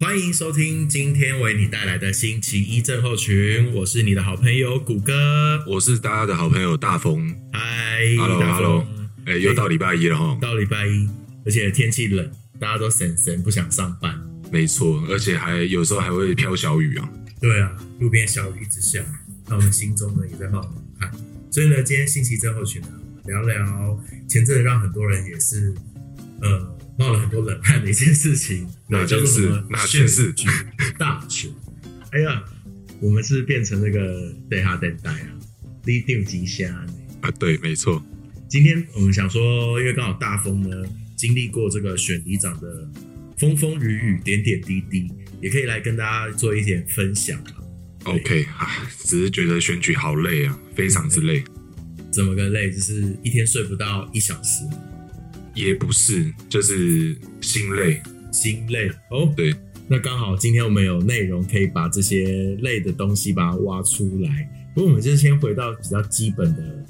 欢迎收听今天为你带来的星期一症候群，我是你的好朋友谷歌。我是大家的好朋友大风嗨，Hello 大风 Hello，哎、又到礼拜一了哈，到礼拜一，而且天气冷，大家都神神不想上班。没错，而且还有时候还会飘小雨啊，对啊，路边小雨一直下，那我们心中呢也在冒冷汗。所以呢，今天星期症候群呢，聊聊前阵子让很多人也是呃冒了很多冷汗的一件事情， 哪叫做件什事么哪件事选举大选？哎呀，我们是变成那个对哈等待啊，立定吉祥呢。啊对，没错，今天我们想说，因为刚好大风呢经历过这个选里长的风风雨雨、点点滴滴，也可以来跟大家做一点分享啊。 OK 啊，只是觉得选举好累啊，非常之累，怎么个累？就是一天睡不到一小时，也不是，就是心累，心累哦。对，那刚好今天我们有内容可以把这些累的东西把它挖出来。不过我们就先回到比较基本的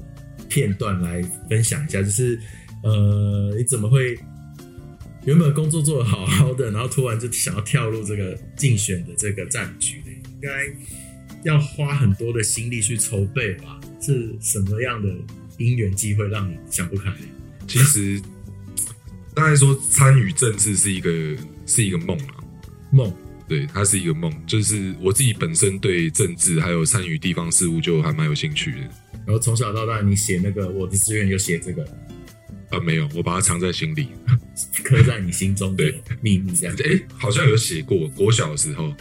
片段来分享一下，就是呃，你怎么会原本工作做得好好的，然后突然就想要跳入这个竞选的这个战局呢？应该要花很多的心力去筹备吧？是什么样的因缘机会让你想不开？其实当然说参与政治是一个是一个梦啊，梦对，它是一个梦，就是我自己本身对政治还有参与地方事务就还蛮有兴趣的然后从小到大，你写那个我的志愿就写这个，啊，没有，我把它藏在心里。刻在你心中的秘密，这样。哎、好像有写过国小的时候，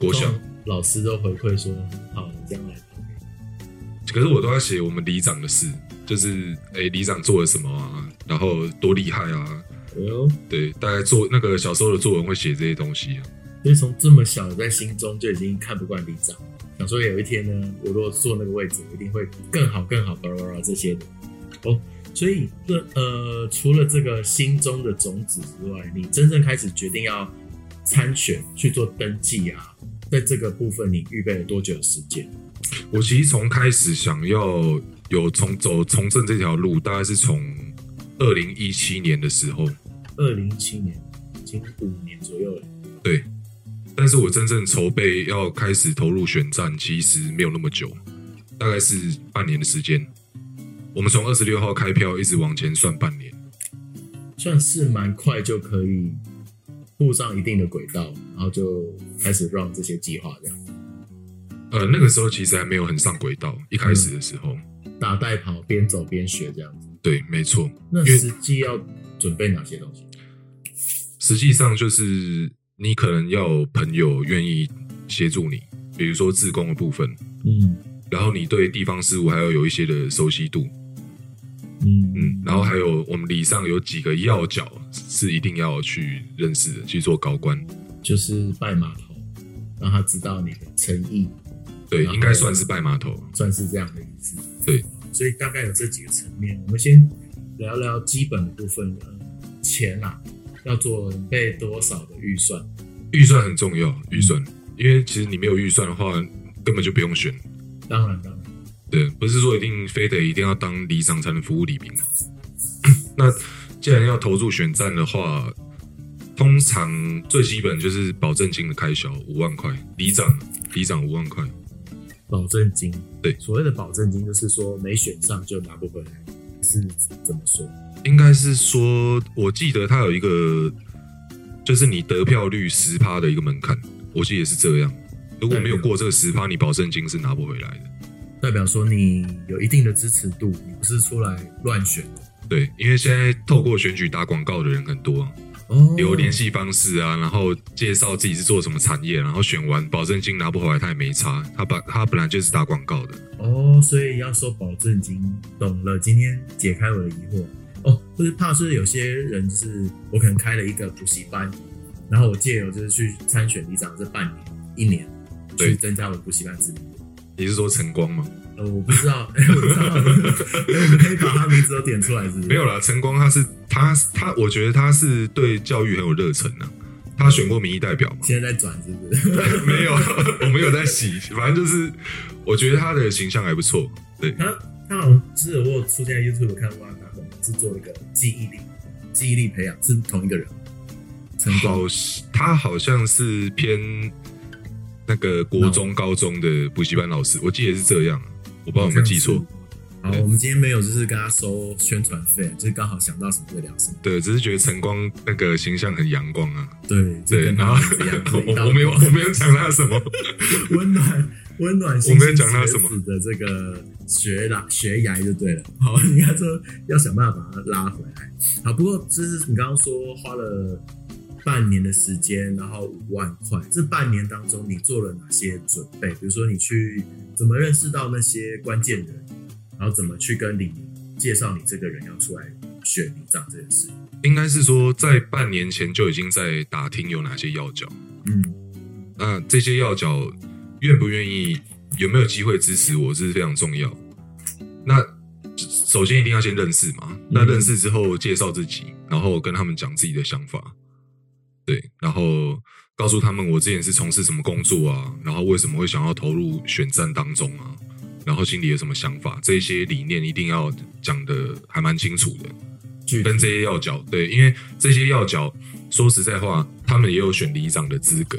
国小，老师都回馈说，好，你这样来投给可是我都要写我们里长的事，就是哎、诶里长做了什么啊，然后多厉害啊，我。哎呦，对，大概做那个小时候的作文会写这些东西、啊，所以从这么小在心中就已经看不惯里长，想说有一天呢，我如果坐那个位置，我一定会更好更好，巴拉巴拉这些的。哦，所以这呃，除了这个心中的种子之外，你真正开始决定要参选去做登记啊，在这个部分你预备了多久的时间？我其实从开始想要有从走从政这条路，大概是从二零一七年的时候，二零一七年，已经五年左右了。对，但是我真正筹备要开始投入选战，其实没有那么久，大概是半年的时间。我们从二十六号开票一直往前算半年。算是蛮快就可以步上一定的轨道，然后就开始 run 这些计划，这样呃，那个时候其实还没有很上轨道，一开始的时候，打带跑，边走边学这样子。对，没错。那因为实际要准备哪些东西？实际上就是你可能要有朋友愿意协助你，比如说自工的部分，嗯然后你对地方事务还要有一些的熟悉度，嗯嗯，然后还有我们里上有几个要角是一定要去认识的，去做高官，就是拜码头，让他知道你的诚意，对，然后应该算是拜码头。算是这样的意思。对，所以大概有这几个层面，我们先聊聊基本的部分。呃，钱啊，要做备多少的预算？预算很重要，预算，因为其实你没有预算的话，根本就不用选。当然，当然，对，不是说一定非得一定要当里长才能服务里民嘛。 那既然要投入选战的话，通常最基本就是保证金的开销五万块，里长里长五万块，保证金。对所谓的保证金就是说没选上就拿不回来，是怎么说？应该是说，我记得它有一个，就是你得票率十趴的一个门槛，我记得也是这样。如果没有过这个十趴，你保证金是拿不回来的。代表说你有一定的支持度，你不是出来乱选的对，因为现在透过选举打广告的人很多啊，哦留联系方式啊，然后介绍自己是做什么产业，然后选完保证金拿不回来，他也没差，他把他本来就是打广告的。哦，所以要说保证金，懂了，今天解开我的疑惑哦，就是怕是有些人就是我可能开了一个补习班，然后我借由就是去参选里长这半年一年，对去增加我的补习班资历。你是说晨光吗？呃，我不知道， 哎、我不知道，哎我们可以把他名字都点出来，是不是？没有啦，晨光他是他他，我觉得他是对教育很有热忱啊。他选过民意代表嘛？ 现在在转，是不是？没有， 我没有在洗，反正就是我觉得他的形象还不错。对，他他好像是我有出现在 YouTube 看哇，他可能是做那个记忆力，记忆力培养是同一个人，成好功像，他好像是偏那个国中、高中的补习班老师，我记得是这样，啊我不知道有没有记错。。好，对我们今天没有就是跟他收宣传费，就是刚好想到什么就聊什么。对，只是觉得晨光那个形象很阳光啊。对，就对，跟然他后们一样，就是一我道我没有我没有讲他什么， 温暖温暖心我没心有讲他学什么子的这个学啦学涯就对了。好，应该说要想办法把它拉回来。好，不过就是你刚刚说花了半年的时间，然后五万块，这半年当中你做了哪些准备？比如说你去怎么认识到那些关键人，然后怎么去跟李明介绍你这个人要出来选里长这件事。应该是说在半年前就已经在打听有哪些要角，嗯那这些要角愿不愿意，有没有机会支持我，这是非常重要。那首先一定要先认识嘛，那认识之后介绍自己，然后跟他们讲自己的想法，对，然后告诉他们我之前是从事什么工作啊，然后为什么会想要投入选战当中啊，然后心里有什么想法，这些理念一定要讲的还蛮清楚的。具体跟这些要角，对，因为这些要角说实在话，他们也有选里长的资格，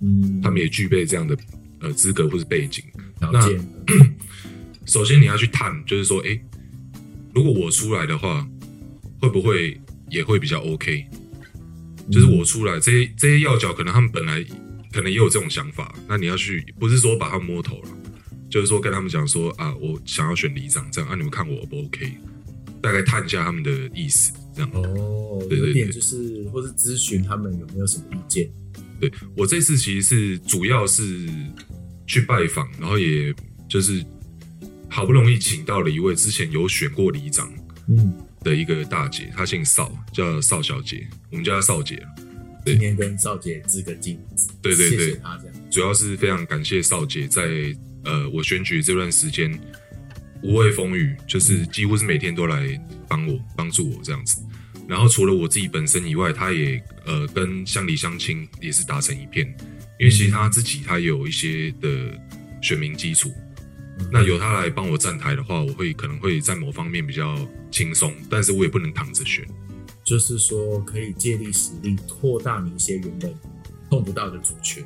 嗯他们也具备这样的呃资格或是背景。条那件首先你要去探，就是说，诶，如果我出来的话，会不会也会比较 OK？就是我出来，这些这些要角可能他们本来可能也有这种想法，那你要去，不是说把他们摸头了，就是说跟他们讲说啊，我想要选里长，这样啊，你们看我 O 不 OK？大概探一下他们的意思，这样。哦，对对有点对就是或是咨询他们有没有什么意见。对我这次其实是主要是去拜访，然后也就是好不容易请到了一位之前有选过里长嗯，的一个大姐，她姓邵，叫邵小姐，我们叫她邵姐。对今天跟少姐致个敬，对对对谢谢她这样。主要是非常感谢邵姐在呃我选举这段时间无畏风雨，就是几乎是每天都来帮我帮助我这样子。然后除了我自己本身以外，她也呃跟乡里乡亲也是打成一片，因为其实她自己她也有一些的选民基础，那由她来帮我站台的话，我会可能会在某方面比较轻松，但是我也不能躺着选。就是说可以借力使力，扩大你一些原本碰不到的族群，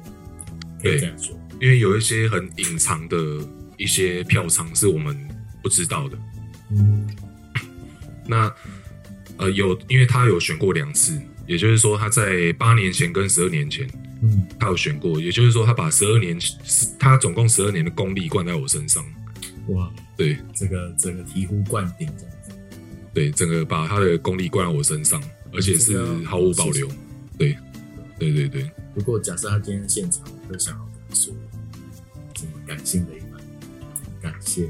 可以对这样说。因为有一些很隐藏的一些票仓是我们不知道的。嗯那呃有，因为他有选过两次，也就是说他在八年前跟十二年前嗯，他有选过，也就是说他把十二年他总共十二年的功力灌在我身上，哇，对这个这个醍醐灌顶这样子，对，整个把他的功力灌在我身上，而且啊是毫无保留，对对对对，如果假设他今天在现场，我就想要跟他说什么感性的一番，感谢，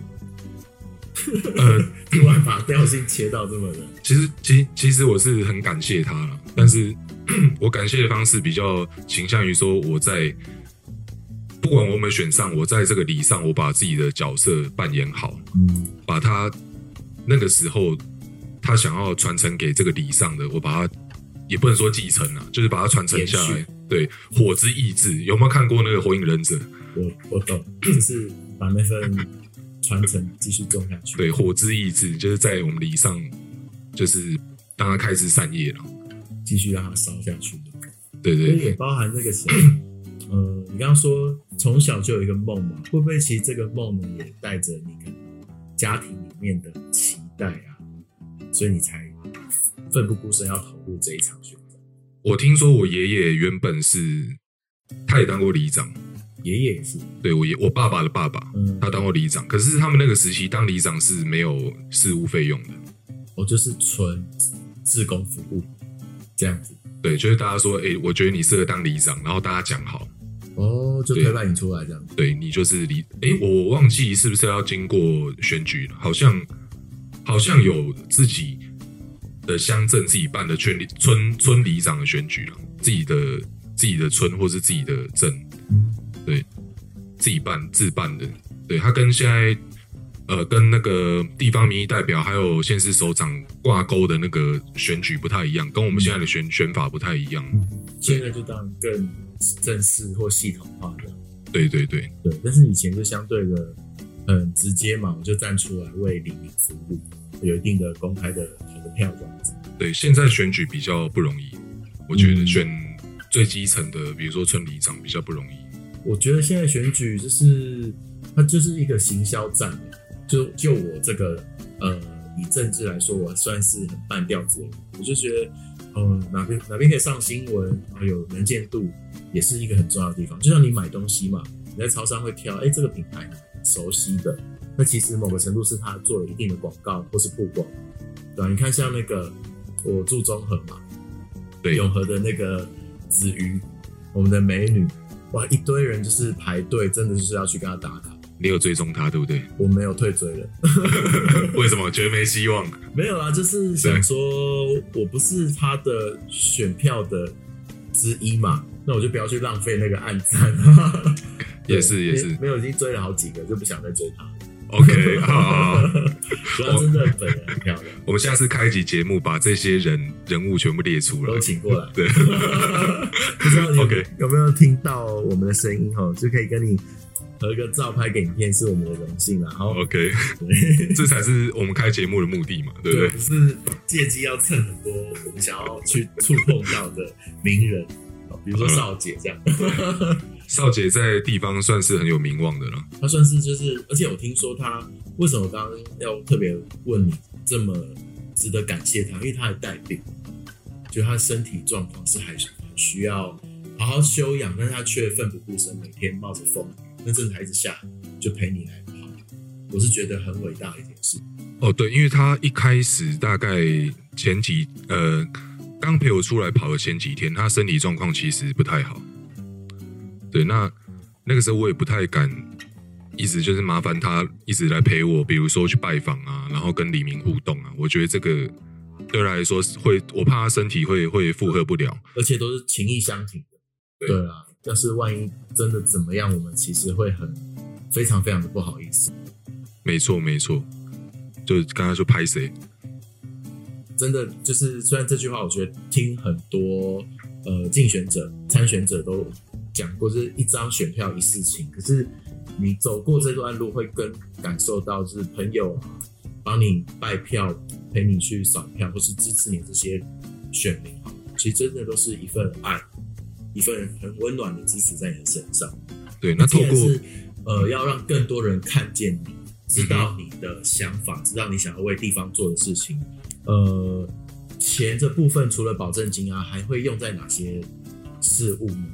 呃， 突然把调性切到这么的，其实其其实我是很感谢他了，但是 我感谢的方式比较倾向于说我在。不管我们选上，我在这个礼上，我把自己的角色扮演好，嗯把他那个时候他想要传承给这个礼上的，我把他也不能说继承啊，就是把它传承下延来续。对，火之意志有没有看过那个《火影忍者》？我我懂，就是把那份传承继续种下去。对，火之意志就是在我们礼上，就是让他开枝散叶了。继续让它烧下去的，对所对以也对，包含这个谁，呃，你刚刚说从小就有一个梦嘛，会不会其实这个梦呢也带着你可能家庭里面的期待啊，所以你才奋不顾身要投入这一场选战。我听说我爷爷原本是，他也当过里长，爷爷也是，对我爷我爸爸的爸爸，嗯，他当过里长。可是他们那个时期当里长是没有事务费用的，我哦就是纯自工服务这样子，对，就是大家说，诶、我觉得你适合当里长，然后大家讲好，哦，就推派你出来这样子，对你就是离诶，我忘记是不是要经过选举了，好像好像有自己的乡镇自己办的村里村村里长的选举了，自己的自己的村或是自己的镇，嗯对，自己办自办的，对他跟现在呃跟那个地方民意代表还有县市首长挂钩的那个选举不太一样，跟我们现在的选选法不太一样，现嗯在就当然更正式或系统化这样。对对对对，但是以前就相对的很直接嘛，我就站出来为李明服务，有一定的公开的投票这样子。对，现在选举比较不容易，我觉得嗯选最基层的，比如说村里长比较不容易。我觉得现在选举就是它就是一个行销战，啊就就我这个呃以政治来说，我算是很半吊子的人，我就觉得呃哪边哪边可以上新闻，然后有能见度，也是一个很重要的地方。就像你买东西嘛，你在超商会挑，哎、这个品牌熟悉的，那其实某个程度是它做了一定的广告或是曝光，对吧、啊你看像那个我住中和嘛，对，永和的那个子瑜，我们的美女，哇，一堆人就是排队，真的就是要去跟她打卡。你有追踪他，对不 对？我没有退追了， 为什么觉得没希望？没有啦，就是想说我不是她的选票的之一嘛，那我就不要去浪费那个暗赞。 对也是也是没有已经追了好几个，就不想再追她。 OK，好好 好，哦主要真的本人很漂亮，我们下次开一集节目，把这些人人物全部列出来都。请过来。对，不知道你 OK 有没有听到我们的声音哦，就可以跟你合个照、拍个影片，是我们的荣幸啦。然后 OK，这 才是我们开节目的目的嘛，对不对，对？不是借机要蹭很多我们想要去触碰到的名人，哦比如说少姐这样，少姐在地方算是很有名望的了。她算是就是，而且我听说她为什么我刚刚要特别问你这么值得感谢她，因为她还带病，就她身体状况是还是很需要好好休养，但是她却奋不顾身，每天冒着风雨，那阵子还一直下雨，就陪你来跑，我是觉得很伟大的一件事。哦，对，因为他一开始大概前几呃，刚陪我出来跑的前几天，他身体状况其实不太好。对，那那个时候我也不太敢，一直就是麻烦他一直来陪我，比如说去拜访啊，然后跟李明互动啊。我觉得这个对他来说是会，我怕他身体会会负荷不了。而且都是情意相挺的。对啊，要是万一真的怎么样，我们其实会很非常非常的不好意思。没错，没错，就刚才说拍谁，真的就是，虽然这句话我觉得听很多呃竞选者、参选者都讲过，就是一张选票一事情，可是你走过这段路，会更感受到就是朋友啊帮你拜票、陪你去扫票，或是支持你这些选民啊，其实真的都是一份爱，一份很温暖的支持在你的身上。对，那透既然过是呃，要让更多人看见你，知道你的想法，知道你想要为地方做的事情。呃，钱这部分除了保证金啊，还会用在哪些事物呢？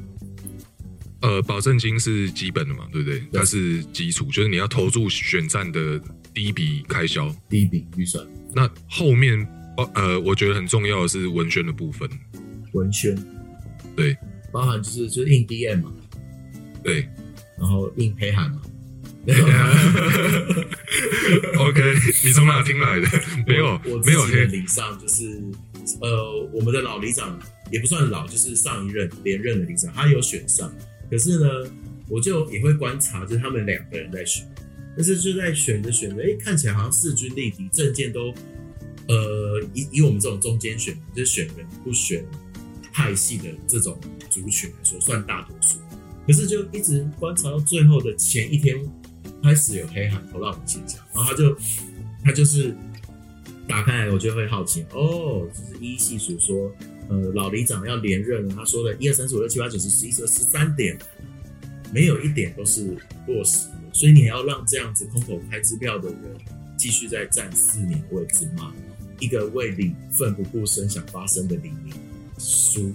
呃，保证金是基本的嘛，对不对？它是基础，就是你要投注选战的第一笔开销。第一笔预算，那后面，呃呃，我觉得很重要的是文宣的部分。文宣，对，包含就是就是印 DM 嘛， 对然后印陪喊嘛。 ，OK，你从哪听来的？没有我我，自没有己的黑，领上就是，呃，我们的老里长也不算老，就是上一任连任的里长，他有选上，可是呢，我就也会观察，就是他们两个人在选，但是就在选着选着，哎、看起来好像势均力敌，政见都，呃，以以我们这种中间选，就是选人不选派系的这种族群来说，算大多数。可是就一直观察到最后的前一天，开始有黑海投到我们现场，然后他就他就是打开来，我就会好奇哦，就是一一细数说，呃，老里长要连任了，他说的一二三四五六七八九十十一十二十三点，没有一点都是落实的，所以你还要让这样子空口开支票的人继续在站四年位置吗？一个为理奋不顾身想发声的李明 输。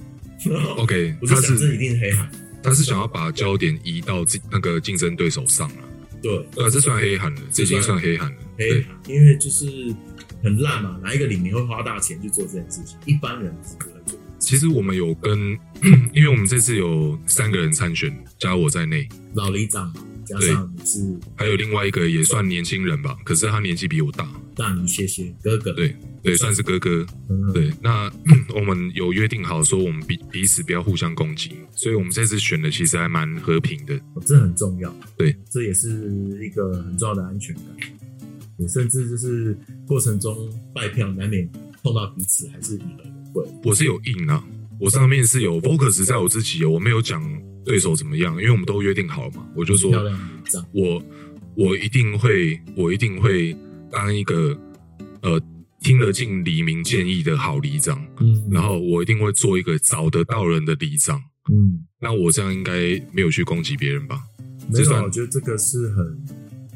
OK，我就他想这一是定是黑海，他是想要把焦点移到自那个竞争对手上了。对，呃，这算黑喊了，这已经算黑喊了。黑对，海，因为就是很烂嘛，哪一个里面会花大钱去做这件事情？一般人是不会做。其实我们有跟， 因为我们这次有三个人参选，加我在内。老里长嘛，加上你是还有另外一个也算年轻人吧，可是他年纪比我大，大你谢谢哥哥，对对，算是哥哥。嗯，对，那 我们有约定好说，我们彼彼此不要互相攻击，所以我们这次选的其实还蛮和平的。哦这很重要。对，这也是一个很重要的安全感。也甚至就是过程中拜票难免碰到彼此，还是以和为贵。我是有硬啊，我上面是有 focus 在我自己，哦我没有讲对手怎么样，因为我们都约定好了嘛。我就说漂亮的里长，我我一定会，我一定会当一个呃听得进黎明建议的好里长，嗯然后我一定会做一个找得到人的里长。嗯，那我这样应该没有去攻击别人吧？没有这啊，算我觉得这个是很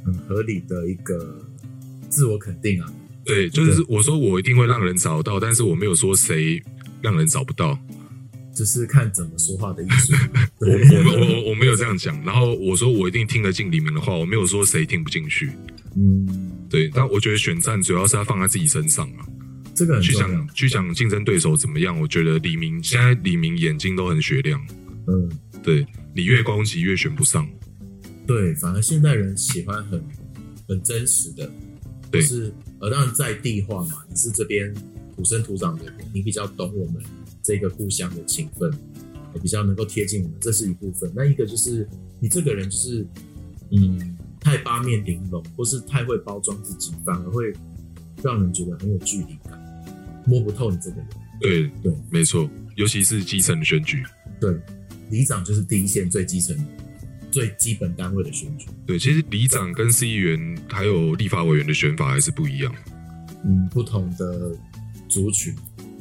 很合理的一个嗯自我肯定啊。对，就是我说我一定会让人找到，但是我没有说谁让人找不到。就是看怎么说话的艺 术。我对我我我我没有这样讲。然后我说我一定听得进黎明的话，我没有说谁听不进去。嗯，对，但我觉得选战主要是要放在自己身上啊，这个很去重要想。去想竞争对手怎么样。我觉得李明现在李明眼睛都很雪亮，嗯，对你越攻击越选不上。对，反而现代人喜欢很很真实的，对就是呃，当然在地化嘛，你是这边土生土长的人，你比较懂我们这个故乡的情分，也比较能够贴近我们，这是一部分。那一个就是你这个人就是嗯，太八面玲珑，或是太会包装自己，反而会让人觉得很有距离感，摸不透你这个人。对对，没错，尤其是基层选举。对，里长就是第一线最基层、最基本单位的选举。对，其实里长跟市议员还有立法委员的选法还是不一样。嗯，不同的族群，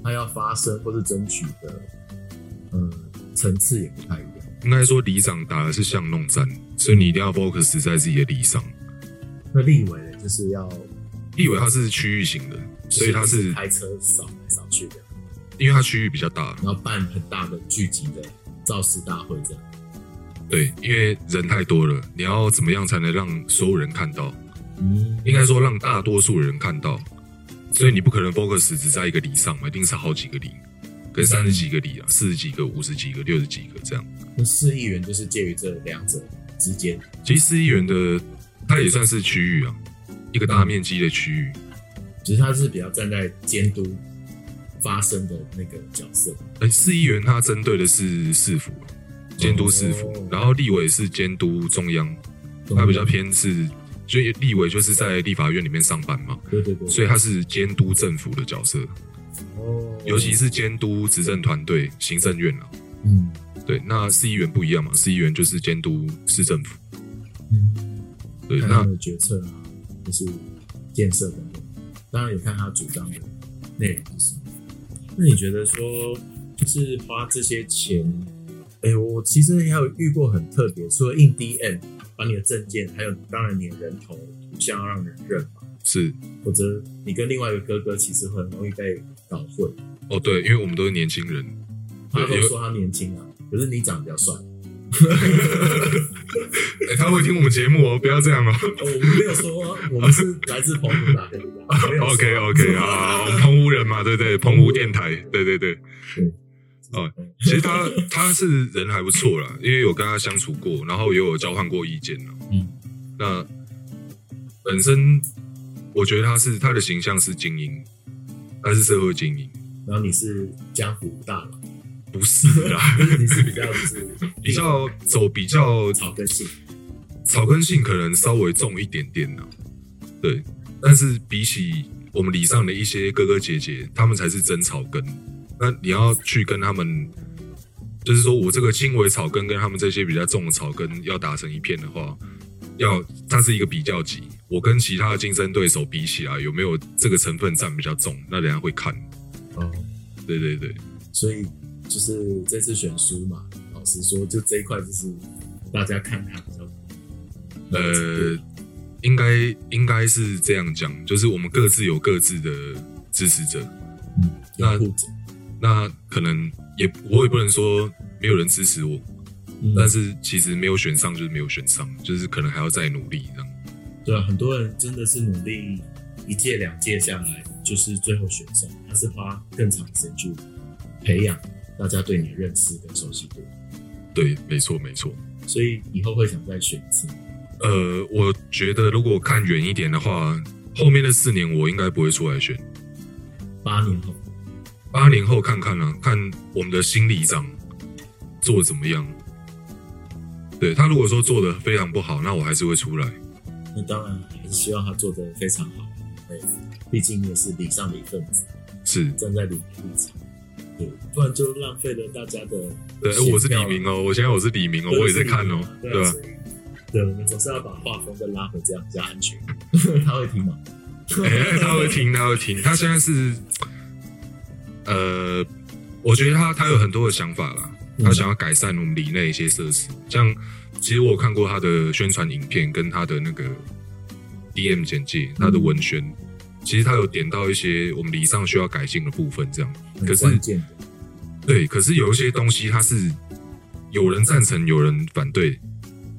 他要发声或是争取的，呃，层次也不太一样。应该说里长打的是巷弄战，所以你一定要 focus 在自己的里上。那立委呢，就是要，立委他是区域型的，所以他就是开车扫来扫去的，因为他区域比较大，然后办很大的聚集的造势大会这样。对，因为人太多了，你要怎么样才能让所有人看到？嗯，应该说让大多数人看到，所以你不可能 focus 只在一个里上嘛，一定是好几个里，跟三十几个里啊，四十几个、五十几个、六十几个这样。那市议员就是介于这两者之间。其实市议员的它也算是区域啊，一个大面积的区域，只是他是比较站在监督发声的那个角色，哎，市议员他针对的是市府，监督市府，哦然后立委是监督中央，他比较偏是，所以立委就是在立法院里面上班嘛，对对对，所以他是监督政府的角色，哦，尤其是监督执政团队、行政院啊。嗯对，那市议员不一样嘛，市议员就是监督市政府。嗯，对，看他那的决策啊，就是建设等等，当然也看他主张的内容是什么。那你觉得说，就是花这些钱，哎、我其实也有遇过很特别，除了印 DM 把你的证件，还有当然你的人头图像要让人认嘛，是否则你跟另外一个哥哥其实很容易被搞混。哦，对，因为我们都是年轻人，他都对因为说他年轻啊，可是你长得比较帅。哦哎，他会听我们节目哦，不要这样哦。哦，我们没有说，我们是来自澎湖的，对不对没有 说 OK OK 啊，我们澎湖人嘛，对不对？澎湖电台，对对对。哦，其实他他是人还不错啦，因为有跟他相处过，然后也有交换过意见啦。嗯，那本身我觉得他是他的形象是精英，他是社会精英，然后你是江湖大佬，不是啦，就是你是比较就是比较走比较草根性，草根性可能稍微重一点点啦。对，但是比起我们礼上的一些哥哥姐姐，他们才是真草根。那你要去跟他们，就是说我这个轻微草根跟他们这些比较重的草根要打成一片的话，要它是一个比较级。我跟其他的竞争对手比起来，有没有这个成分占比较重？那人家会看。哦，对对对，所以就是这次选书嘛，老实说，就这一块就是大家看他比较，呃，应该应该是这样讲，就是我们各自有各自的支持者。嗯，拥护者，那可能也我也不能说没有人支持我，嗯但是其实没有选上就是没有选上，就是可能还要再努力这样。对啊，很多人真的是努力一届两届下来，就是最后选上，他是花更长时间去培养大家对你的认识跟熟悉度，对，没错没错。所以以后会想再选一次。呃，我觉得如果看远一点的话，后面的四年我应该不会出来选，八年后，八年后看看啊，看我们的新里长做得怎么样。对他如果说做的非常不好，那我还是会出来。那当然还是希望他做得非常好，对，毕竟你也是礼上的一份子，是，站在你的立场，对，不然就浪费了大家的。对，我是李明哦，我现在我是李明哦，我也在看哦，对对 吧、啊所以对，我们总是要把画风再拉回这样比较安全，他会听吗？哎 他会听，他会听。他现在是，呃，我觉得他他有很多的想法啦，嗯他想要改善我们里内一些设施，像其实我有看过他的宣传影片跟他的那个 DM 简介，他嗯的文宣，其实他有点到一些我们里上需要改进的部分，这样。很可是关键的，对，可是有一些东西它是有人赞成，有人反对，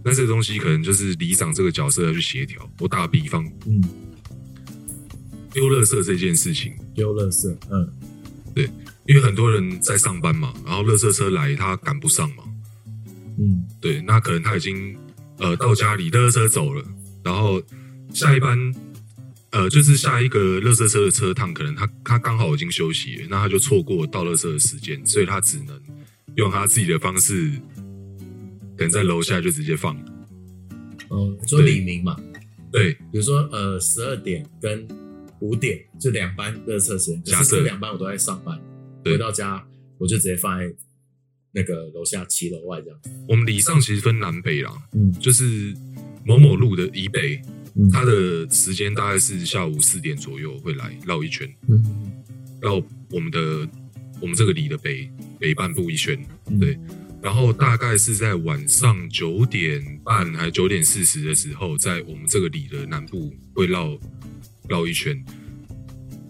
那这个东西可能就是里长这个角色要去协调。我打个比方，嗯，丢垃圾这件事情。丢垃圾，嗯，因为很多人在上班嘛，然后垃圾车来他赶不上嘛，嗯，对，那可能他已经呃到家里，垃圾车走了，然后下一班呃就是下一个垃圾车的车趟，可能他他刚好已经休息了，那他就错过倒垃圾的时间，所以他只能用他自己的方式，可能在楼下就直接放，哦，你说对李明嘛，对，比如说呃十二点跟五点这两班热车时间，假可是设这两班我都在上班，对回到家我就直接放在那个楼下骑楼外这样。我们里上其实分南北啦，嗯就是某某路的以北，嗯它的时间大概是下午四点左右会来绕一圈。嗯到我们的我们这个里的北北半部一圈，嗯对然后大概是在晚上九点半还九点四十的时候，在我们这个里的南部会绕绕一圈。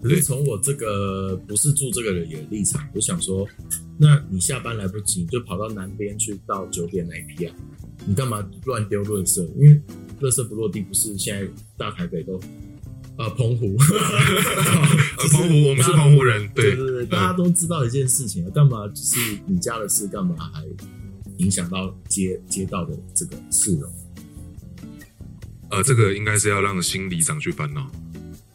可是对从我这个不是住这个人的立场，我想说，那你下班来不及，你就跑到南边去到九点那一批啊，你干嘛乱丢垃圾？因为垃圾不落地，不是现在大台北都呃澎湖，呃，澎湖，我们是大家澎湖人， 对 对对对，嗯大家都知道一件事情，啊干嘛就是你家的事，干嘛还影响到街街道的这个市容？呃，这个应该是要让新里长去烦恼。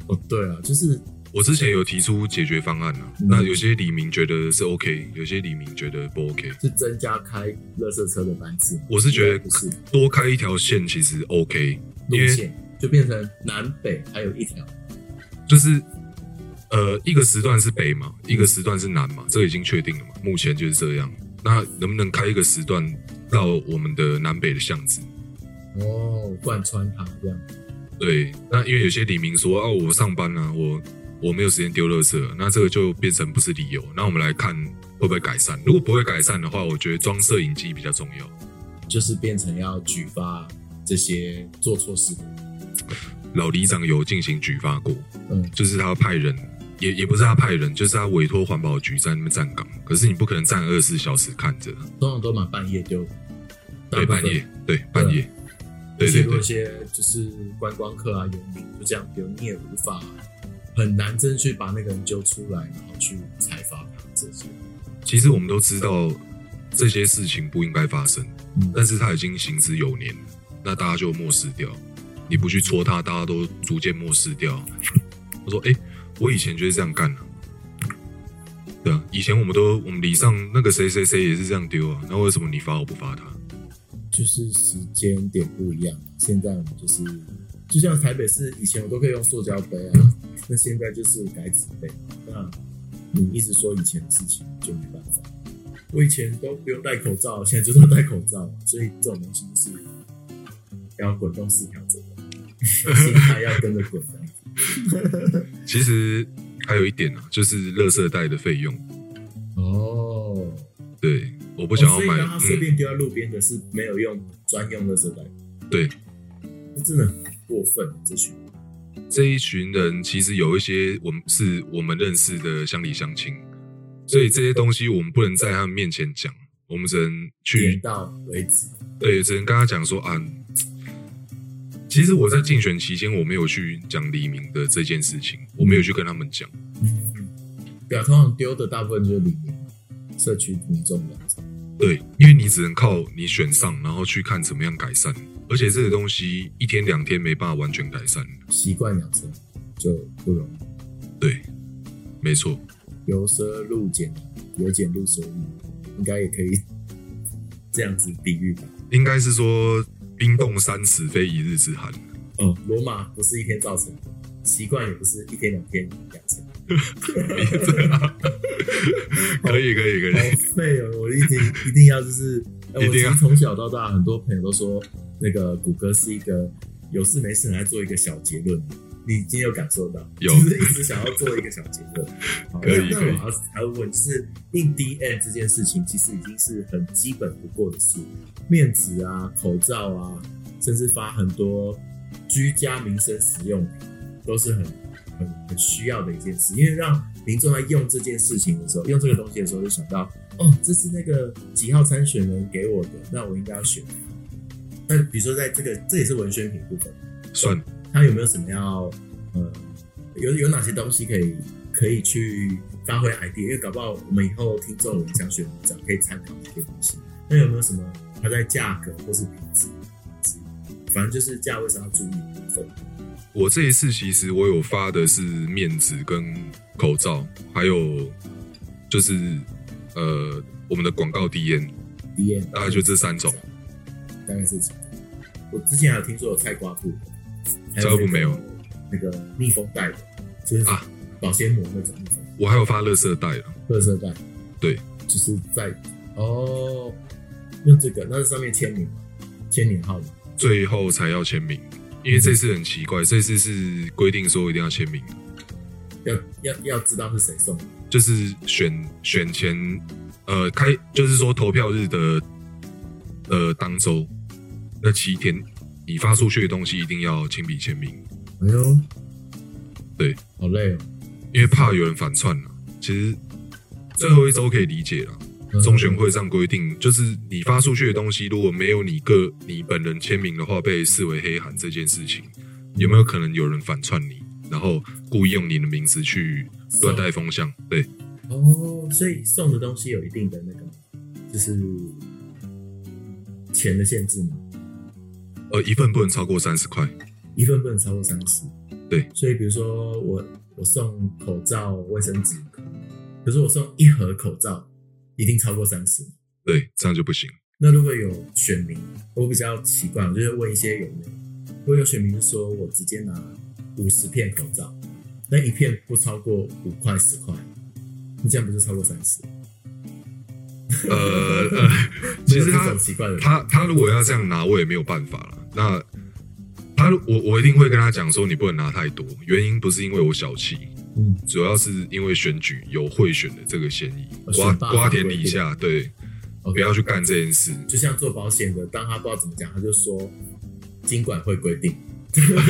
哦，对啊，就是我之前有提出解决方案啊，嗯那有些里民觉得是 OK，有些里民觉得不 OK。是增加开垃圾车的班次吗，我是觉得不是多开一条线其实 OK，路因为线就变成南北还有一条，就是呃，一个时段是北嘛，一个时段是南嘛，这个已经确定了嘛，目前就是这样。那能不能开一个时段到我们的南北的巷子？哦，贯穿它这样，对，那因为有些李明说哦，我上班啊，我我没有时间丢垃圾，啊那这个就变成不是理由。那我们来看会不会改善？如果不会改善的话，我觉得装摄影机比较重要。就是变成要举发这些做错事的人，老里长有进行举发过，嗯，就是他派人，也也不是他派人，就是他委托环保局在那边站岗。可是你不可能站二十四小时看着，通常都蛮半夜丢，大对，部半分夜，对，半夜，对而且对如果对一，些就是观光客啊、游民就这样丢，你也无法很难真去把那个人揪出来，然后去采罚他这些。其实我们都知道这些事情不应该发生，嗯但是它已经行之有年，那大家就漠视掉，你不去戳它，大家都逐渐漠视掉。我说，哎、我以前就是这样干的、对啊，以前我们都我们礼上那个谁谁谁也是这样丢啊，那为什么你罚我不罚他？就是时间点不一样，啊现在我们就是就像台北市以前我都可以用塑胶杯啊，那现在就是改纸杯。那你一直说以前的事情就没办法，我以前都不用戴口罩，现在就是要戴口罩，啊所以这种东西就是要滚动式调整的，心态要跟着滚这样子。其实还有一点啊，就是垃圾袋的费用，哦，对，我不想要哦所以买，让他随嗯，便丢在路边的是没有用专用垃圾袋，对，这真的很过分，啊这群人这一群人其实有一些我们是我们认识的乡里乡亲，所以这些东西我们不能在他们面前讲，我们只能点去到为止。对，只能跟他讲说啊。其实我在竞选期间，我没有去讲黎明的这件事情，我没有去跟他们讲。表嗯啊通常丢的大部分就是里面社区民众这样子。对，因为你只能靠你选上，然后去看怎么样改善。而且这个东西一天两天没办法完全改善。习惯养成就不容易，对，没错。由奢入俭，由俭入奢易，应该也可以这样子比喻吧。应该是说冰冻三尺非一日之寒。哦，罗马不是一天造成的，习惯也不是一天两天养成的。 可以可以可 以，好废哦！我一定一定要 就是，呃、一我其定要实从小到大，很多朋友都说那个谷歌是一个有事没事很爱做一个小结论，你今天有感受到，有就是一直想要做一个小结论。好可以哦那可那以我要还要问，就是印 DM 这件事情，其实已经是很基本不过的事，面子啊、口罩啊，甚至发很多居家民生实用品，都是很很很需要的一件事，因为让民众在用这件事情的时候，用这个东西的时候，就想到哦，这是那个几号参选人给我的，那我应该要选。那比如说，在这个这也是文宣品部分，算它有没有什么要呃，有有哪些东西可以可以去发挥 idea？因为搞不好我们以后听众我们想选部长可以参考这些东西。那有没有什么它在价格或是品质，反正就是价位上要注意的部分？我这一次其实我有发的是面纸跟口罩，还有就是呃我们的广告 D N， D N 大概啊就这三种，大概是几种。我之前还有听说有菜瓜布的，还菜瓜布啊没有那个密封袋的，就是啊保鲜膜那种密封，我还有发乐色袋啊了。垃圾袋，对，就是在哦，用这个，那这上面签名嘛，签名号嘛，最后才要签名，因为这次很奇怪，这次是规定说一定要签名，要要要知道是谁送的，就是选选前，呃，开就是说投票日的，呃，当周那七天，你发出去的东西一定要亲笔签名，哎呦，对，好累哦，因为怕有人反串了。其实最后一周可以理解了，嗯中选会这样规定，就是你发出去的东西如果没有你个你本人签名的话，被视为黑函这件事情，有没有可能有人反串你，然后故意用你的名字去乱带风向？对，哦，所以送的东西有一定的那个，就是钱的限制吗？呃，一份不能超过三十块，一份不能超过三十。对，所以比如说我我送口罩、卫生纸，可是我送一盒口罩，一定超过三十。对，这样就不行。那如果有选民，我比较奇怪，我就是问一些有没有，如果有选民就说我直接拿五十片口罩，那一片不超过五块十块，你这样不是超过三十？呃呃，其实没有这他种奇怪的人，他他如果要这样拿，我也没有办法了。那他我我一定会跟他讲说，你不能拿太多，原因不是因为我小气，嗯，主要是因为选举有贿选的这个嫌疑呃，瓜选罢瓜法田规李定下，对， OK 不要去干这件事。就像做保险的，当他不知道怎么讲，他就说金管会规定，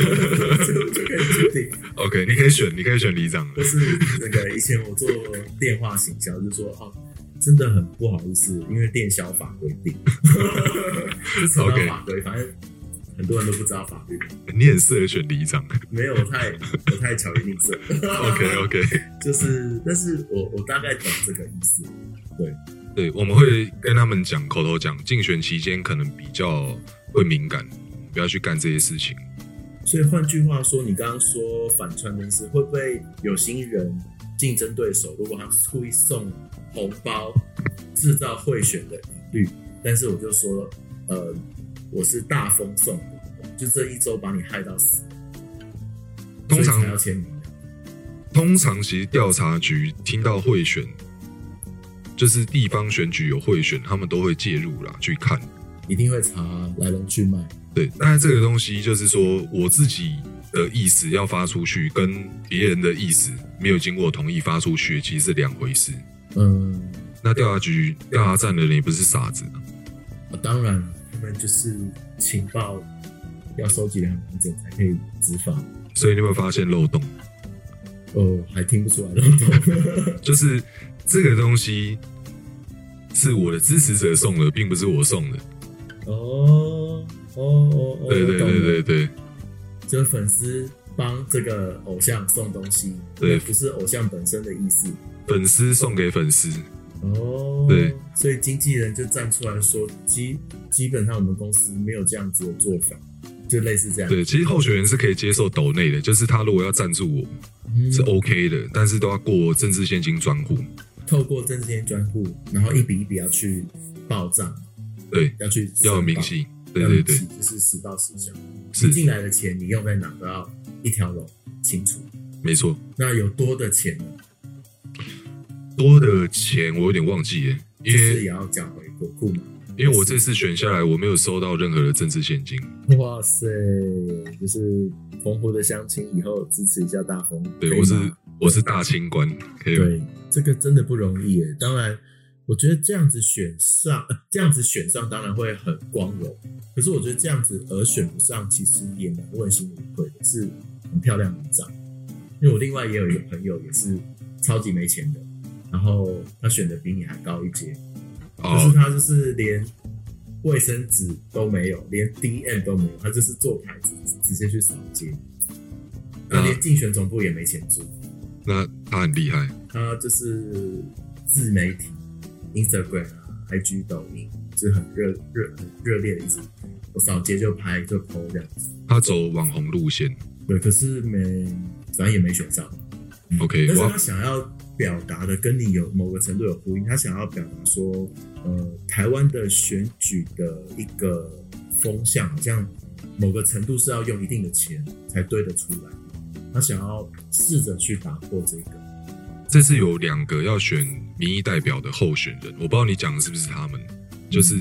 就就可以决定。 OK，你可以选，你可以选里长就了。是那个以前我做电话行销，就说哦，真的很不好意思，因为电销法规定，就扯到 OK 法规，反正很多人都不知道法律，你很适合选里长。没有我太我太巧言令色。 OK OK， 就是，但是我我大概懂这个意思。 对，我们会跟他们讲，口头讲，竞选期间可能比较会敏感，不要去干这些事情。所以换句话说，你刚刚说反串这件事，会不会有心人竞争对手，如果他故意送红包，制造贿选的疑虑？但是我就说，呃，我是大风送的，就这一周把你害到死，通所以常才要签名的。通常其实调查局听到贿选，就是地方选举有贿选，他们都会介入啦，去看。一定会查来龙去脉。对，但是这个东西就是说，我自己的意思要发出去，跟别人的意思没有经过我同意发出去，其实是两回事。嗯，那调查局调查站的人也不是傻子啊，啊当然，他们就是情报要收集的很完整，才可以执法。所以你有没有发现漏洞？哦，还听不出来漏洞。就是这个东西是我的支持者送的，并不是我送的。哦哦哦哦，对我对懂对了对对，就是粉丝帮这个偶像送东西，对也不是偶像本身的意思。粉丝送给粉丝，哦，对，所以经纪人就站出来说，基基本上我们公司没有这样子的做法，就类似这样。对，其实候选人是可以接受抖内的，就是他如果要赞助我嗯是 OK 的，但是都要过政治现金专户。透过证券专户，然后一笔一笔要去报账，对，要去申要有报明，细。对要对明对细，就是实报实销。你是进来的钱你用在哪都要一条龙清楚。没错。那有多的钱呢，多的钱我有点忘记耶，因就是为也要缴回国库嘛。因为我这次选下来，我没有收到任何的政治现金。 哇塞，就是澎湖的乡亲，以后支持一下大风。可对以我是吗我是大清官，可以吗？对这个真的不容易耶。当然，我觉得这样子选上，呃这样子选上当然会很光荣。可是我觉得这样子而选不上，其实也蛮问心无愧的，是很漂亮的一张。因为我另外也有一个朋友也是超级没钱的，然后他选的比你还高一阶，可是哦，他就是连卫生纸都没有，连 DM 都没有，他就是做牌子直接去扫街，他连竞选总部也没钱租。那他很厉害，他就是自媒体，Instagram 啊、IG、抖音，就是很热热很热烈的一直，我扫街就拍就 PO 这样子。他走网红路线。对，可是没，反正也没选上。嗯 OK，但是哇他，想要表达的跟你有某个程度有呼应，他想要表达说，呃，台湾的选举的一个风向，好像某个程度是要用一定的钱才堆得出来。他想要试着去打破这个，这次有两个要选民意代表的候选人，我不知道你讲的是不是他们，就是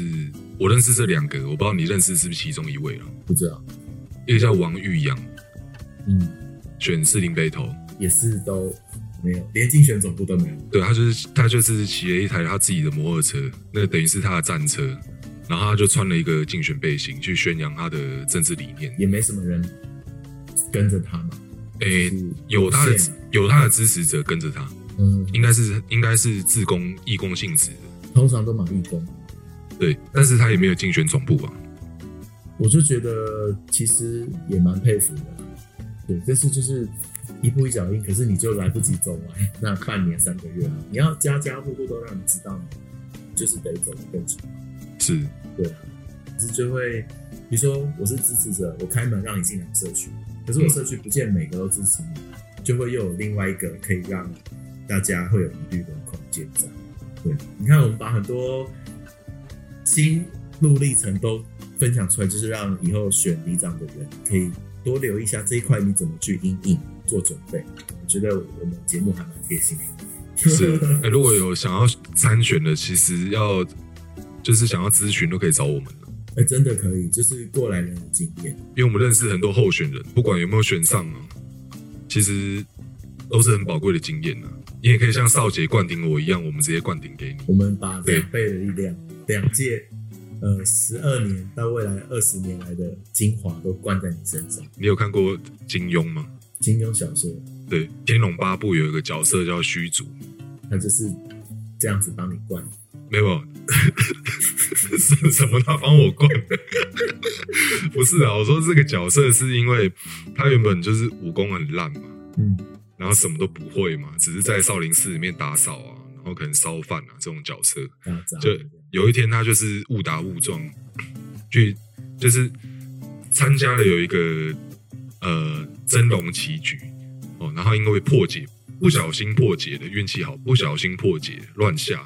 我认识这两个，我不知道你认识是不是其中一位了。不知道，一个叫王玉阳，嗯。选士林北投，也是都没有，连竞选总部都没有。对他就是他就是骑了一台他自己的摩托车，那等于是他的战车，然后他就穿了一个竞选背心去宣扬他的政治理念。也没什么人跟着他嘛。诶、就是有他的线有他的支持者跟着他，嗯，应该是应该是自工义工性质的，通常都蛮义工。对，但是他也没有竞选总部啊。我就觉得其实也蛮佩服的。啊对，但是就是一步一脚印，可是你就来不及走完那半年三个月啊！你要家家户户都让你知道你就是得走得更久。是，对啊，可是就会，比如说我是支持者，我开门让你进来我社区，可是我社区不见每个都支持你，就会又有另外一个可以让大家会有疑虑的空间在。对，你看我们把很多心路历程都分享出来，就是让以后选里长的人可以多留意一下这一块，你怎么去因应做准备。我觉得我们节目还蛮贴心的。是、诶呃如果有想要参选的，其实要就是想要咨询都可以找我们了 哎、真的可以，就是过来人的经验。因为我们认识很多候选人，不管有没有选上啊，其实都是很宝贵的经验啊。你也可以像少姐灌顶我一样，我们直接灌顶给你。我们把两倍的力量，两届，呃，十二年到未来二十年来的精华都灌在你身上。你有看过金庸吗？金庸小说，对，《天龙八部》有一个角色叫虚竹，它就是这样子帮你灌。没有， 是什么？他帮我灌？ 不是啊，我说这个角色是因为他原本就是武功很烂嘛，嗯，然后什么都不会嘛，只是在少林寺里面打扫啊，然后可能烧饭啊这种角色。打杂就有一天他就是误打误撞去，就是参加了有一个呃真龙棋局哦，然后因为破解不小心破解的运气好，不小心破解乱下，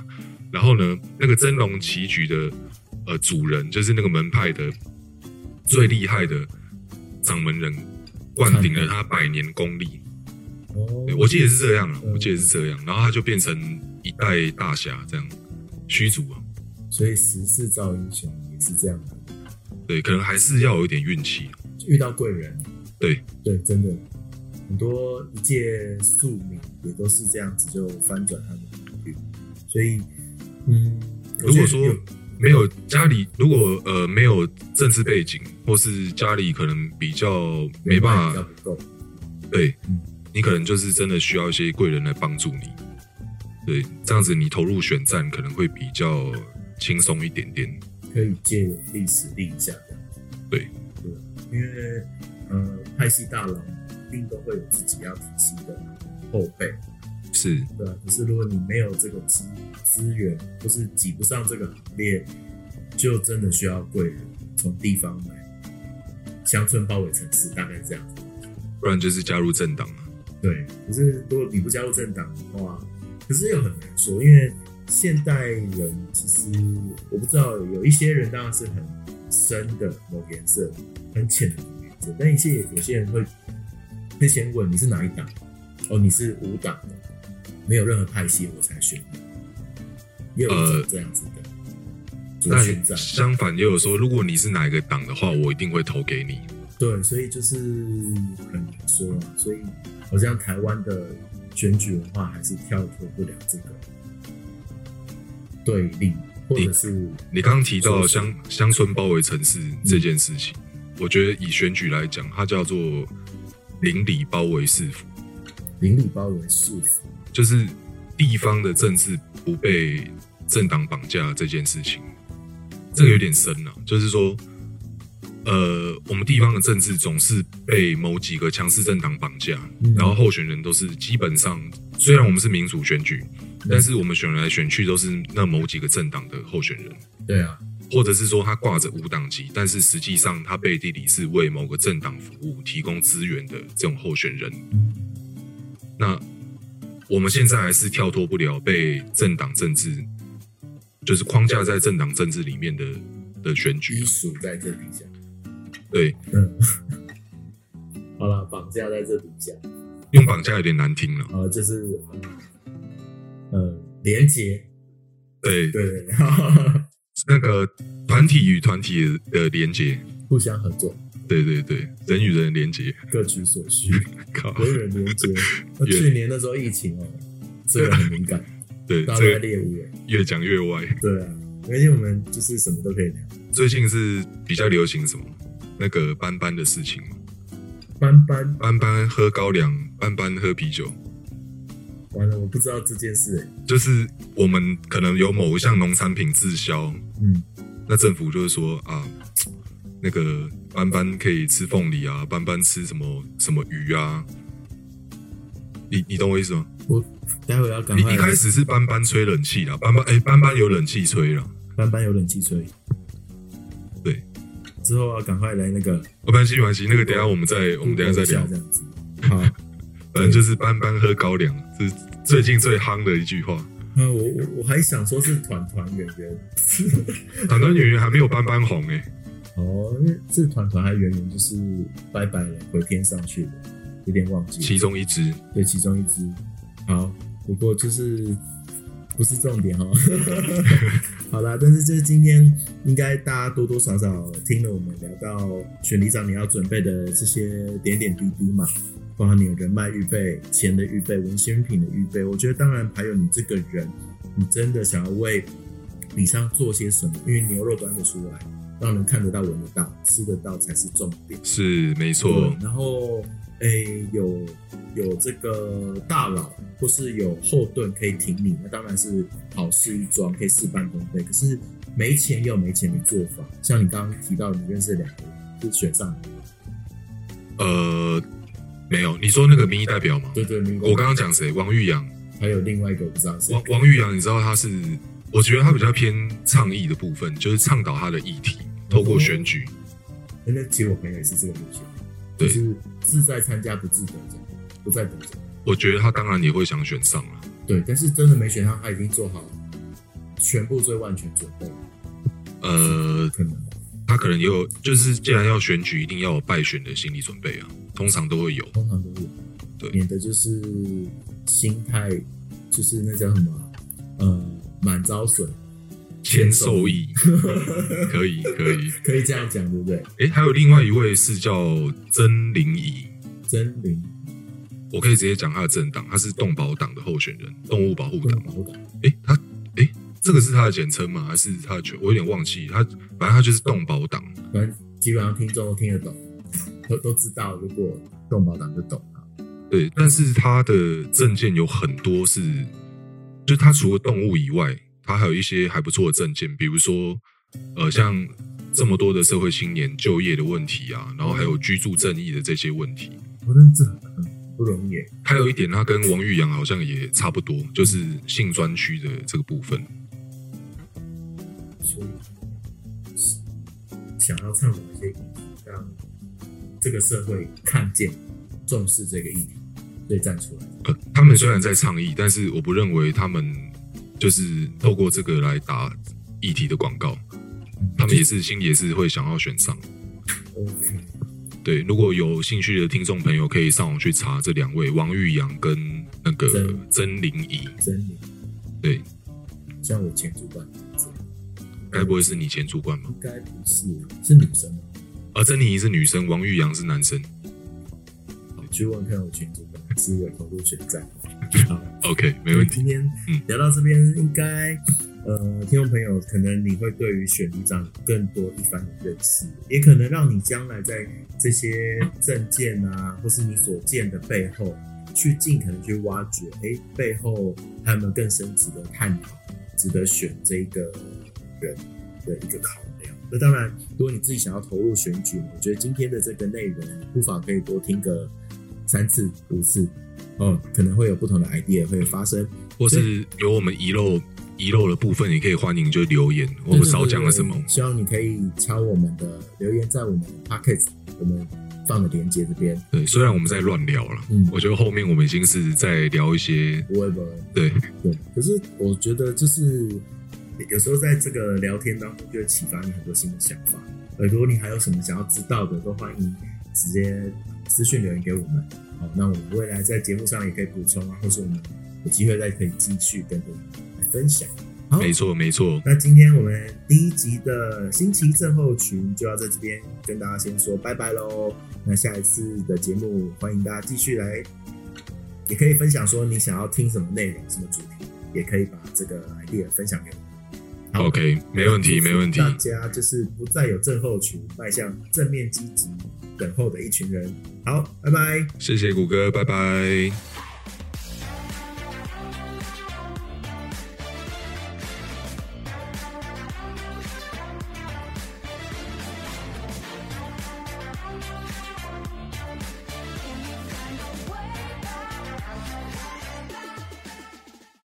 然后呢那个真龙棋局的呃主人就是那个门派的最厉害的掌门人，灌顶了他百年功力。哦对，我记得是这样啊，嗯我记得是这样，然后他就变成一代大侠这样，虚竹啊，所以时势造英雄也是这样的，对，可能还是要有一点运气。啊遇到贵人，对对，真的很多一介庶民也都是这样子就翻转他们的命运。所以，嗯，我如觉果得说有没有家里，如果呃没有政治背景，或是家里可能比较没办人脉法，比较不够，对嗯你可能就是真的需要一些贵人来帮助你。对，这样子你投入选战可能会比较轻松一点点。可以借历史立一下这样子。对对，因为呃，派系大佬一定都会有自己要体系的后辈，是，对啊。可是如果你没有这个资资源，或是挤不上这个行列，就真的需要贵人从地方来，乡村包围城市，大概是这样子。不然就是加入政党啊。对，可是如果你不加入政党的话，可是又很难说，因为现代人其实我不知道，有一些人当然是很深的某个颜色，很浅的某个颜色，但一些有些人会会先问你是哪一党，哦，你是无党的，没有任何派系我才选你，也有一种这样子的，族群但在。相反也有说，如果你是哪一个党的话，我一定会投给你。对，所以就是很难说啊，所以好像台湾的选举文化还是跳脱不了这个对立，或者是你刚刚提到是是乡乡村包围城市这件事情，我觉得以选举来讲，它叫做邻里包围市府，邻里包围束缚。就是地方的政治不被政党绑架这件事情。这个有点深嗯啊，就是说，呃，我们地方的政治总是被某几个强势政党绑架，嗯然后候选人都是基本上，虽然我们是民主选举，嗯但是我们选来选去都是那某几个政党的候选人。对啊，或者是说他挂着无党籍，但是实际上他背地里是为某个政党服务、提供资源的这种候选人。那我们现在还是跳脱不了被政党政治，就是框架在政党政治里面的的选举拘啊。束在这底下。对，嗯，好了，绑架在这底下，用绑架有点难听了。呃，就是呃呃连结，对，对对对，那个团体与团体的的连接，互相合作，对对对，人与人的连接。各取所需， 靠，人与人连接。那远去年那时候疫情哦，这个很敏感，对，大家都在这个猎物人。越讲越歪。对啊，而且我们就是什么都可以聊，最近是比较流行什么？那个斑斑的事情嘛。斑斑，斑斑喝高粱，斑斑喝啤酒，完了，我不知道这件事、欸，就是我们可能有某一项农产品滞销，嗯，那政府就是说啊，那个斑斑可以吃凤梨啊，斑斑吃什么什么鱼啊，你你懂我意思吗？我待会要赶你快一来开。始是斑斑吹冷气啦，斑斑哎、斑斑有冷气吹啦，斑斑有冷气吹，对，之后要赶快来那个，没关系没关系，那个等一下我们再我们嗯等一下再聊这，样子。好，反正就是斑斑喝高粱，这是最近最夯的一句话。 那我我我还想说是团团圆圆，很多女人还没有斑斑红哎、 哦，是团团还圆圆就是拜拜了，回天上去了，有点忘记了。其中一只对，其中一只。好，不过就是不是重点哈。哦 好啦，但是就是今天应该大家多多少少听了我们聊到选里长你要准备的这些点点滴滴嘛，包括你有人脉预备、钱的预备、文宣品的预备，我觉得当然还有你这个人，你真的想要为里上做些什么，因为牛肉端得出来，让人看得到、闻得到、吃得到才是重点。是没错对，，然后诶、有有这个大佬或是有后盾可以挺你，那当然是好事一桩，可以事半功倍。可是没钱也有没钱的做法，像你刚刚提到，你认识两个人是选上的，呃，没有，你说那个民意代表吗？对对，民国我刚刚讲谁？王玉阳，还有另外一个我不知道是王王玉阳，你知道他是，我觉得他比较偏倡议的部分，就是倡导他的议题，透过选举。那那其实我朋友也是这个路线，对就是志在参加不自得奖，不在得奖，我觉得他当然也会想选上啊了，对，但是真的没选上，他已经做好全部最万全准备，呃，可能他可能也有，就是既然要选举，一定要有败选的心理准备啊，通常都会有。通常都有，对免得就是心态就是那叫什么，呃，满招损，签受益，可以可以。可以这样讲，对不对？诶，还有另外一位是叫曾玲仪，真灵我可以直接讲他的政党，他是动保党的候选人，动物保护不党能。保感，诶，他诶，这个是他的简称吗？还是他的全？我有点忘记。他反正他就是动保党。反正基本上听众都听得懂，都都知道，如果动保党就懂啊了。对，但是他的证件有很多是，就是他除了动物以外，他还有一些还不错的证件，比如说，呃，像这么多的社会青年就业的问题啊，然后还有居住正义的这些问题。我真的这很不容易耶，还有一点，他跟王玉阳好像也差不多，就是性专区的这个部分。所以想要倡导一些议题，让这个社会看见、重视这个议题，所以站出来。呃，他们虽然在倡议，但是我不认为他们就是透过这个来打议题的广告，他们也是心里也是会想要选上。 OK，对，如果有兴趣的听众朋友，可以上网去查这两位王玉阳跟那个曾嗯曾玲仪。真灵对，像我前主管这样。该不会是你前主管吧？应该不是，是女生吗？啊，曾妮怡是女生，王玉阳是男生。我去问看我群主管是有投入选战。 好， OK，没问题。今天嗯聊到这边，应该呃，听众朋友可能你会对于选里长更多一番的认识，也可能让你将来在这些证件啊，或是你所见的背后，去尽可能去挖掘，诶，背后还有没有更深值得探讨、值得选这个人的一个考量。那当然，如果你自己想要投入选举，我觉得今天的这个内容，不妨可以多听个三次、五次。哦，可能会有不同的 idea 会发生，或是有我们遗漏遗漏的部分，也可以欢迎就留言，我们少讲了什么对。对对希望你可以敲我们的留言，在我们的 podcast 我们放的连接这边，对，虽然我们在乱聊了，嗯我觉得后面我们已经是在聊一些不会不会。对对，可是我觉得就是有时候在这个聊天当中，就会启发你很多新的想法。呃，如果你还有什么想要知道的，都欢迎直接私讯留言给我们。好，那我们未来在节目上也可以补充啊，或是我们有机会再可以继续跟你来分享。好没错没错，那今天我们第一集的星期症候群就要在这边跟大家先说拜拜喽。那下一次的节目，欢迎大家继续来，也可以分享说你想要听什么内容、什么主题，也可以把这个 idea 分享给我们。好 OK，没问题祝福没问题大家就是不再有症候群，迈向正面积极、等候的一群人。好，拜拜。谢谢谷歌，拜拜。